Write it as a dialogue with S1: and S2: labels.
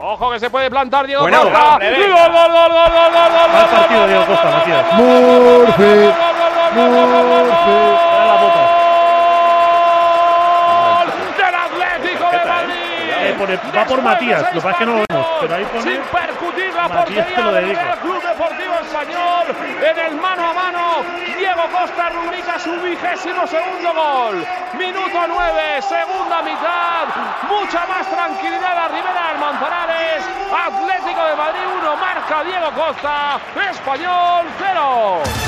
S1: Ojo que se puede plantar Diego
S2: Bueno,
S1: Costa.
S2: claro,
S1: Y gol, gol, gol, gol, gol, gol, gol, gol,
S3: Mal
S1: gol,
S3: partido,
S1: gol,
S3: Diego
S1: gol,
S3: Costa,
S1: gol,
S3: Matías.
S1: gol, gol, gol,
S4: Murphy,
S1: gol, gol, gol, gol, gol, gol, gol, gol.
S3: Dale la bota.
S1: gol del Atlético de Madrid.
S3: Eh, por el- va por
S1: Después de
S3: Matías, lo que
S1: seis
S3: pasa es que no lo vemos,
S1: partidos,
S3: pero ahí pone-
S1: Sin percutir la
S3: Matías te lo
S1: portería del
S3: dedico.
S1: Real Club Deportivo Español, en el mano a mano, Diego Costa rubrica su vigésimo segundo gol. Minuto 9, segunda mitad, mucha más tranquilidad a Rivera del Manzanares. Atlético de Madrid 1, marca Diego Costa, Español 0.